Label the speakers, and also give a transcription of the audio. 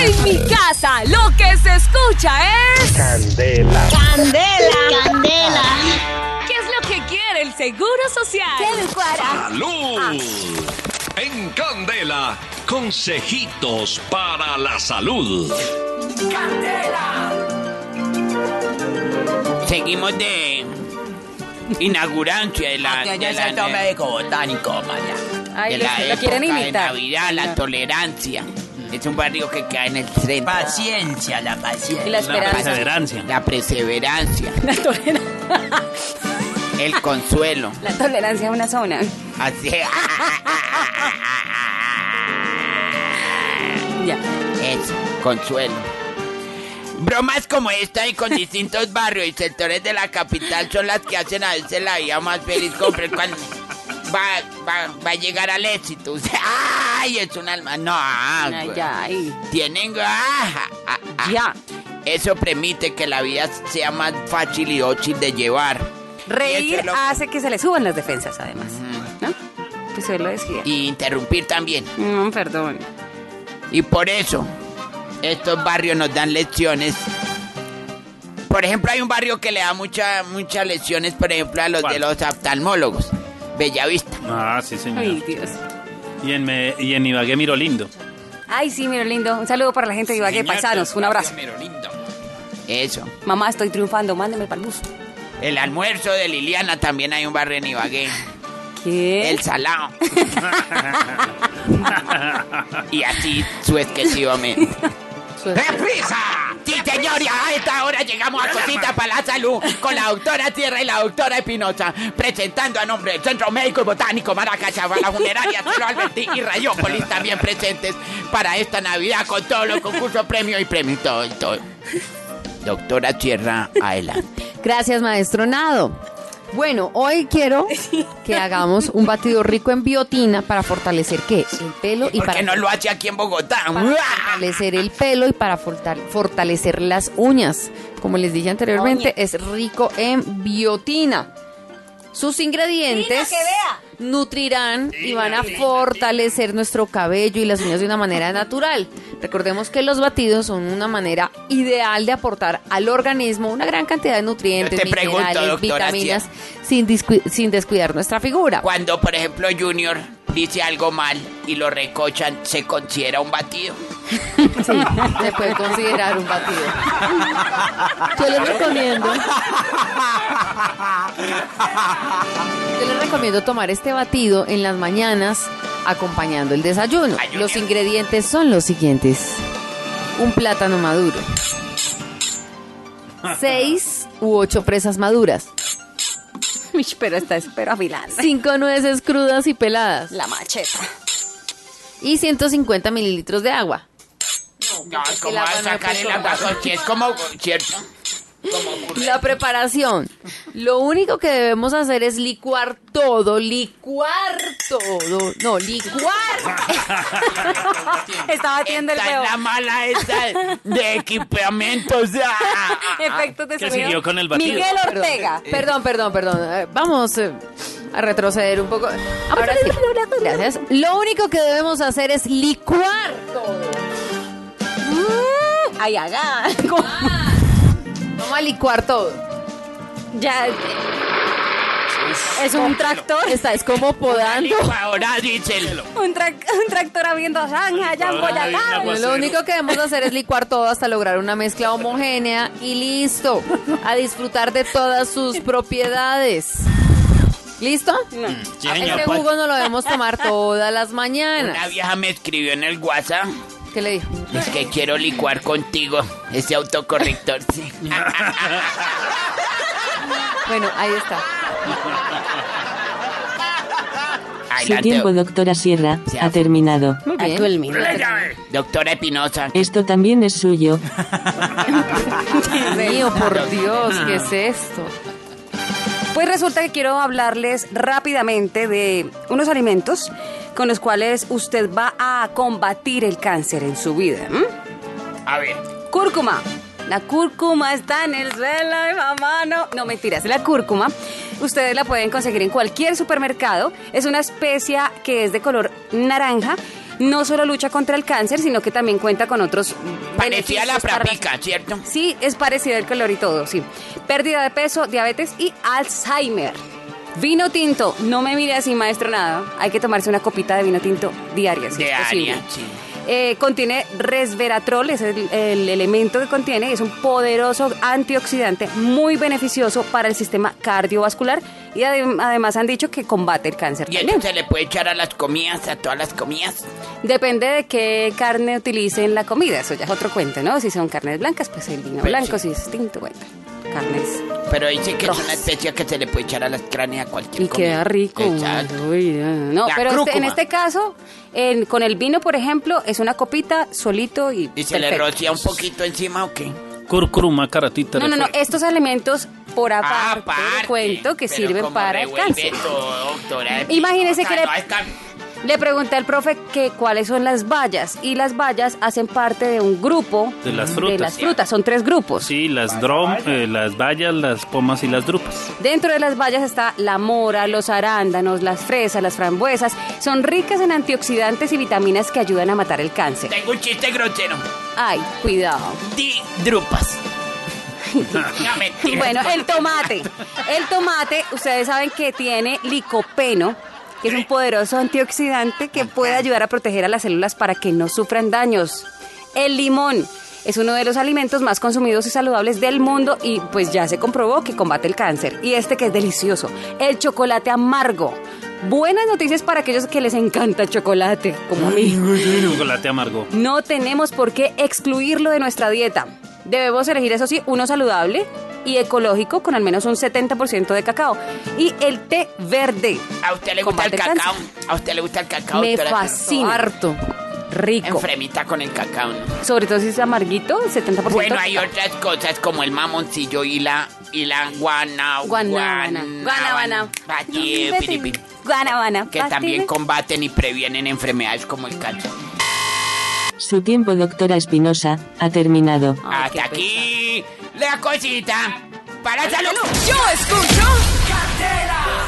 Speaker 1: En mi casa, lo que se escucha es.
Speaker 2: Candela.
Speaker 3: Candela. Candela.
Speaker 1: ¿Qué es lo que quiere el Seguro Social?
Speaker 4: ¡Salud! En Candela, consejitos para la salud.
Speaker 5: Seguimos de inaugurancia de la.
Speaker 6: Atención,
Speaker 5: de la-
Speaker 6: centro médico botánico, Maya.
Speaker 1: Ay,
Speaker 5: de
Speaker 1: los
Speaker 5: la
Speaker 1: que lo quieren
Speaker 5: época de
Speaker 1: imitar.
Speaker 5: Navidad, la tolerancia. Es un barrio que queda en el centro.
Speaker 6: Paciencia, la
Speaker 1: Y la
Speaker 6: paciencia.
Speaker 1: esperanza.
Speaker 7: perseverancia.
Speaker 5: La perseverancia,
Speaker 1: La tolerancia.
Speaker 5: el consuelo.
Speaker 1: La tolerancia es una zona.
Speaker 5: Así.
Speaker 1: Ya.
Speaker 5: Eso, consuelo. Bromas como esta y con distintos barrios y sectores de la capital son las que hacen a veces la vida más feliz con frecuencia. Va, va, va a llegar al éxito. ¡Ay! Es un alma. No, ah,
Speaker 1: Ay,
Speaker 7: pues.
Speaker 5: güey.
Speaker 1: ya, ay.
Speaker 5: Tienen. ah, ah, ah.
Speaker 1: Ya.
Speaker 5: Eso permite que la vida sea más fácil y óchil de llevar. Y eso
Speaker 1: Reír
Speaker 5: es lo-
Speaker 1: hace que se le suban las defensas, además. ¿No? Pues él lo decía.
Speaker 5: Y e interrumpir también.
Speaker 1: No, Mm, perdón.
Speaker 5: Y por eso, estos barrios nos dan lecciones. Por ejemplo, hay un barrio que le da mucha- muchas lecciones, por ejemplo, a los de
Speaker 7: ¿Cuál?
Speaker 5: los oftalmólogos. Bellavista.
Speaker 7: Ah, sí, señor.
Speaker 1: Ay, Dios.
Speaker 7: Y en, me- y en Ibagué miro lindo.
Speaker 1: Ay, sí, miro lindo. Un saludo para la gente de Ibagué, paisanos. Un abrazo.
Speaker 5: Eso.
Speaker 1: Mamá, estoy triunfando. Mándeme para el bus.
Speaker 5: El almuerzo de Liliana también hay un barrio en Ibagué.
Speaker 1: ¿Qué?
Speaker 8: ¿Eh?
Speaker 5: El Salao. y así sucesivamente. ¡Deprisa! Sí, señora, a esta hora llegamos a Cosita para la Salud con la doctora Tierra y la doctora Espinosa, presentando a nombre del Centro Médico y Botánico Maracachaba, la funeraria Celo Alberti y Rayópolis también presentes para esta Navidad con todos los concursos, premios y premios, todo, y todo. Doctora Tierra, adelante.
Speaker 8: Gracias, maestro Nado. Bueno, hoy quiero que hagamos un batido rico en biotina para fortalecer qué? El pelo y
Speaker 5: ¿Por
Speaker 8: para,
Speaker 5: qué no lo hace aquí en Bogotá?
Speaker 8: para fortalecer el pelo y para fortal- fortalecer las uñas. Como les dije anteriormente, es rico en biotina. Sus ingredientes nutrirán y van a fortalecer nuestro cabello y las uñas de una manera natural. Recordemos que los batidos son una manera ideal de aportar al organismo una gran cantidad de nutrientes,
Speaker 5: Yo te pregunto,
Speaker 8: minerales,
Speaker 5: doctora,
Speaker 8: vitaminas, sin, discu- sin descuidar nuestra figura.
Speaker 5: Cuando, por ejemplo, Junior dice algo mal y lo recochan, ¿se considera un batido?
Speaker 8: Sí, se puede considerar un batido. Yo les recomiendo. Yo les recomiendo tomar este batido en las mañanas acompañando el desayuno.
Speaker 5: Ayuno.
Speaker 8: Los ingredientes son los siguientes: un plátano maduro, seis u ocho presas maduras,
Speaker 1: Uy, Pero está espero a Milán.
Speaker 8: cinco nueces crudas y peladas
Speaker 1: La macheta.
Speaker 8: y 150 mililitros de agua.
Speaker 5: No,
Speaker 8: es que
Speaker 5: ¿cómo
Speaker 8: la
Speaker 5: va a
Speaker 8: mano
Speaker 5: sacar
Speaker 8: es
Speaker 5: el
Speaker 8: pesada.
Speaker 5: agua? Si es como, ¿cierto? Como ocurre.
Speaker 8: La preparación. Lo único que debemos hacer es licuar todo, licuar todo. No, licuar.
Speaker 1: Está batiendo el
Speaker 5: Está en
Speaker 1: feo.
Speaker 5: la mala esa de equipamientos. ah.
Speaker 1: Efectos de
Speaker 7: ¿Qué
Speaker 1: sonido.
Speaker 7: siguió con el batido?
Speaker 1: Miguel Ortega.
Speaker 8: Perdón, perdón, perdón. Eh, Vamos eh, a retroceder un poco. Ahora sí. Gracias. Lo único que debemos hacer es licuar todo.
Speaker 1: Mm, Ay, haga. ¿Cómo?
Speaker 8: Vamos a licuar todo.
Speaker 1: Ya. Es un tractor.
Speaker 8: Esta es como podando.
Speaker 5: Ahora díselo.
Speaker 1: Un, trac- un tractor habiendo zanja allá en
Speaker 7: Ahora hay una
Speaker 1: Boyacá.
Speaker 7: guasa-
Speaker 8: Lo único que debemos hacer es licuar todo hasta lograr una mezcla homogénea y listo. A disfrutar de todas sus propiedades. ¿Listo?
Speaker 7: Sí, señor,
Speaker 8: Este
Speaker 7: pues.
Speaker 8: jugo no lo debemos tomar todas las
Speaker 5: Una
Speaker 8: mañanas.
Speaker 5: vieja me escribió en el WhatsApp.
Speaker 8: ¿Qué le dijo?
Speaker 5: Es que quiero licuar contigo ese autocorrector. sí.
Speaker 8: Bueno, ahí está.
Speaker 9: Su
Speaker 5: Adelante,
Speaker 9: tiempo, doctora Sierra,
Speaker 5: Sí.
Speaker 9: ha terminado.
Speaker 8: Muy bien.
Speaker 5: doctora Espinosa.
Speaker 9: Esto también es suyo.
Speaker 8: Dios mío, por Dios, ¿qué
Speaker 7: Ah.
Speaker 8: es esto?
Speaker 1: Pues resulta que quiero hablarles rápidamente de unos alimentos con los cuales usted va a combatir el cáncer en su vida. ¿m?
Speaker 5: A ver,
Speaker 1: Cúrcuma. La cúrcuma está en el suelo de mamá, no. No, mentiras, la cúrcuma. Ustedes la pueden conseguir en cualquier supermercado. Es una especia que es de color naranja no solo lucha contra el cáncer, sino que también cuenta con otros
Speaker 5: Parecía
Speaker 1: beneficios
Speaker 5: la
Speaker 1: para-
Speaker 5: prapica, ¿cierto?
Speaker 1: Sí, es parecido el color y todo, sí. Pérdida de peso, diabetes y Alzheimer. Vino tinto, no me mire así, maestro, nada. Hay que tomarse una copita de vino tinto diaria, si
Speaker 5: Diaria,
Speaker 1: es posible.
Speaker 5: sí.
Speaker 1: Eh, contiene resveratrol, es el, el elemento que contiene, y es un poderoso antioxidante muy beneficioso para el sistema cardiovascular y adem- además han dicho que combate el cáncer.
Speaker 5: Y
Speaker 1: también.
Speaker 5: eso se le puede echar a las comidas, a todas las comidas.
Speaker 1: Depende de qué carne utilicen la comida, eso ya es otro cuento, ¿no? Si son carnes blancas, pues el vino
Speaker 5: Pues
Speaker 1: blanco,
Speaker 5: sí.
Speaker 1: si es tinto, bueno, carnes.
Speaker 5: Pero dice que es
Speaker 1: Rojas.
Speaker 5: una especie que se le puede echar a las cráneas a cualquier
Speaker 1: Y
Speaker 5: comida.
Speaker 1: queda rico. uh,
Speaker 5: Exacto.
Speaker 1: Uy, ah, no,
Speaker 5: La
Speaker 1: pero este- en
Speaker 5: cúrcuma.
Speaker 1: este caso, en- con el vino, por ejemplo, es una copita solito y.
Speaker 5: ¿Y se le
Speaker 1: perfecto.
Speaker 5: rocía un poquito encima o qué?
Speaker 7: Curcuma, caratita.
Speaker 1: No, no, no, estos alimentos por aparte, del
Speaker 5: Ah, Aparte,
Speaker 1: cuento que
Speaker 5: pero
Speaker 1: sirven
Speaker 5: como
Speaker 1: para el
Speaker 5: revuelve
Speaker 1: cáncer.
Speaker 5: todo, doctora, eh.
Speaker 1: Imagínese
Speaker 5: o sea,
Speaker 1: que le-
Speaker 5: no está-
Speaker 1: Le pregunté al profe que cuáles son las bayas y las bayas hacen parte de un grupo
Speaker 7: De las frutas.
Speaker 1: frutas, son tres grupos.
Speaker 7: Sí, las drom, eh, las bayas, las pomas y las drupas.
Speaker 1: Dentro de las bayas está la mora, los arándanos, las fresas, las frambuesas. Son ricas en antioxidantes y vitaminas que ayudan a matar el cáncer.
Speaker 5: Tengo un chiste grosero.
Speaker 1: Ay, cuidado.
Speaker 5: Di drupas. no, mentira.
Speaker 1: Bueno, el tomate. El tomate, ustedes saben que tiene licopeno, que es un poderoso antioxidante que puede ayudar a proteger a las células para que no sufran daños. El limón es uno de los alimentos más consumidos y saludables del mundo y pues ya se comprobó que combate el cáncer. Y este que es delicioso, el chocolate amargo. Buenas noticias para aquellos que les encanta el chocolate, como a mí.
Speaker 7: Chocolate amargo.
Speaker 1: No tenemos por qué excluirlo de nuestra dieta. Debemos elegir, eso sí, uno saludable y ecológico con al menos un 70% de cacao. Y el té verde.
Speaker 5: ¿A usted le gusta el
Speaker 1: Combate el
Speaker 5: cacao? ¿A usted le gusta el cacao?
Speaker 1: Me
Speaker 5: doctora?
Speaker 1: fascina.
Speaker 8: Harto.
Speaker 1: Rico.
Speaker 5: Enfremita con el cacao, ¿no?
Speaker 1: Sobre todo si es amarguito, 70%.
Speaker 5: Bueno, hay
Speaker 1: cacao.
Speaker 5: otras cosas como el mamoncillo y la... Y la guana...
Speaker 1: Guanábana.
Speaker 5: guanábana,
Speaker 1: Guanábana.
Speaker 5: pati- piripiri,
Speaker 1: Guanábana.
Speaker 5: Que también combaten y previenen enfermedades como el cáncer.
Speaker 9: Su tiempo, doctora Espinosa, ha terminado.
Speaker 1: Ay, qué
Speaker 5: Hasta aquí la cosita para salud.
Speaker 2: Yo escucho. Candela.